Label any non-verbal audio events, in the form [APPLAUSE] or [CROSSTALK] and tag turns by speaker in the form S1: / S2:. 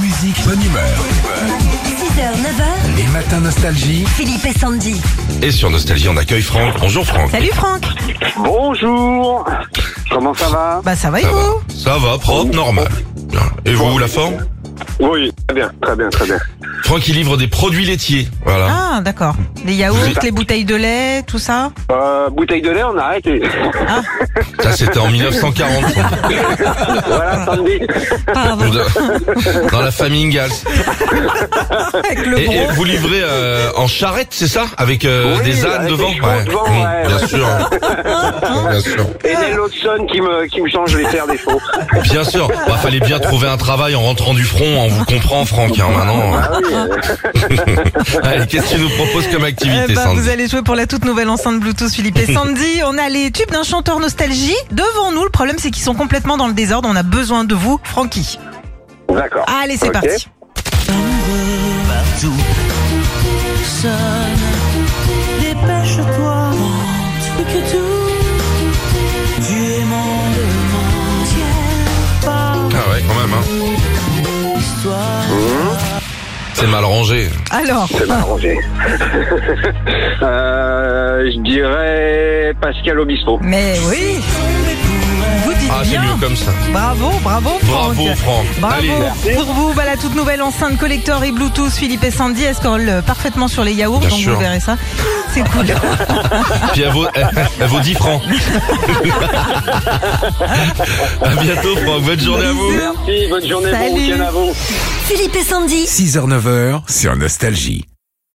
S1: musique, bonne humeur.
S2: 6h, 9h,
S1: Les matins nostalgie.
S2: Philippe et Sandy.
S3: Et sur Nostalgie, on accueille Franck. Bonjour Franck.
S4: Salut Franck
S5: Bonjour Comment ça va
S4: Bah ça va et
S3: Ça va,
S4: vous
S3: ça va propre, normal. Bien. Et vous, la forme
S5: Oui, très bien, très bien, très bien.
S3: Franck, il livre des produits laitiers. Voilà.
S4: Ah d'accord. Les yaourts, les bouteilles de lait, tout ça
S5: Euh, bouteille de lait, on
S4: [LAUGHS]
S5: a arrêté.
S3: Ça, c'était [LAUGHS] en 1940. Franck.
S5: voilà, samedi.
S4: Pardon,
S3: Dans- Dans la famille Ingalls.
S4: avec le
S3: Et, et
S4: gros.
S3: vous livrez euh, en charrette, c'est ça Avec euh,
S5: Oui,
S3: des ânes
S5: avec
S3: devant
S5: des chevaux devant, ouais,
S3: Bien
S5: ouais.
S3: sûr. Bien sûr.
S5: Et des Lawson qui me, qui me changent les fers des faux.
S3: Bien sûr. Bah, fallait bien trouver un travail en rentrant du front. On vous comprend, Franck, hein, maintenant.
S5: Ah euh,
S3: Allez, qu'est-ce que tu nous proposes comme activité,
S4: Eh ben,
S3: Sandy
S4: vous allez jouer pour la toute nouvelle enceinte Bluetooth Philippe
S3: [LAUGHS]
S4: et Sandy. On a les tubes d'un chanteur nostalgie devant nous. Le problème c'est qu'ils sont complètement dans le désordre. On a besoin de vous, Francky.
S5: D'accord.
S4: Allez, c'est
S5: Ok.
S4: parti.
S6: Dépêche-toi, plus que tout. Tu es mon demain, tiens pas
S3: Ah ouais, quand même. Hein.
S6: l'histoire.
S3: C'est mal rangé.
S4: Alors,
S5: C'est mal arrangé. [LAUGHS] euh, je dirais Pascal Obispo.
S4: mais oui, vous dites
S3: Ah, c'est
S4: bien.
S3: mieux comme ça.
S4: Bravo, bravo, Franck.
S3: Bravo, Franck.
S4: Bravo.
S3: Allez.
S4: Pour vous, bah, la toute nouvelle enceinte collector et Bluetooth Philippe et Sandy, elle scrolle parfaitement sur les yaourts,
S3: Bien
S4: donc
S3: sûr.
S4: vous verrez ça. C'est
S3: [LAUGHS]
S4: cool.
S3: Puis elle vaut, elle, elle vaut 10 francs. à bientôt, Franck. Bonne journée à vous.
S5: Merci, bonne journée,
S4: Salut.
S5: bon week-end à vous.
S2: Philippe et Sandy.
S1: 6h, 9h sur Nostalgie.